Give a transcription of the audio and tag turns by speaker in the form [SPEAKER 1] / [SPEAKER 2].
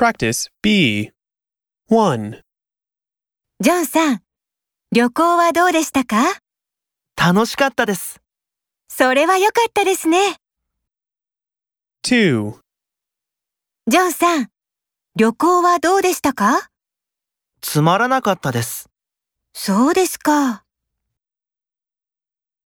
[SPEAKER 1] Practice B. 1.
[SPEAKER 2] ジョンさん、旅行はどうでしたか
[SPEAKER 3] 楽しかったです。
[SPEAKER 2] それは良かったですね。
[SPEAKER 1] 2.
[SPEAKER 2] ジョンさん、旅行はどうでしたか
[SPEAKER 3] つまらなかったです。
[SPEAKER 2] そうですか。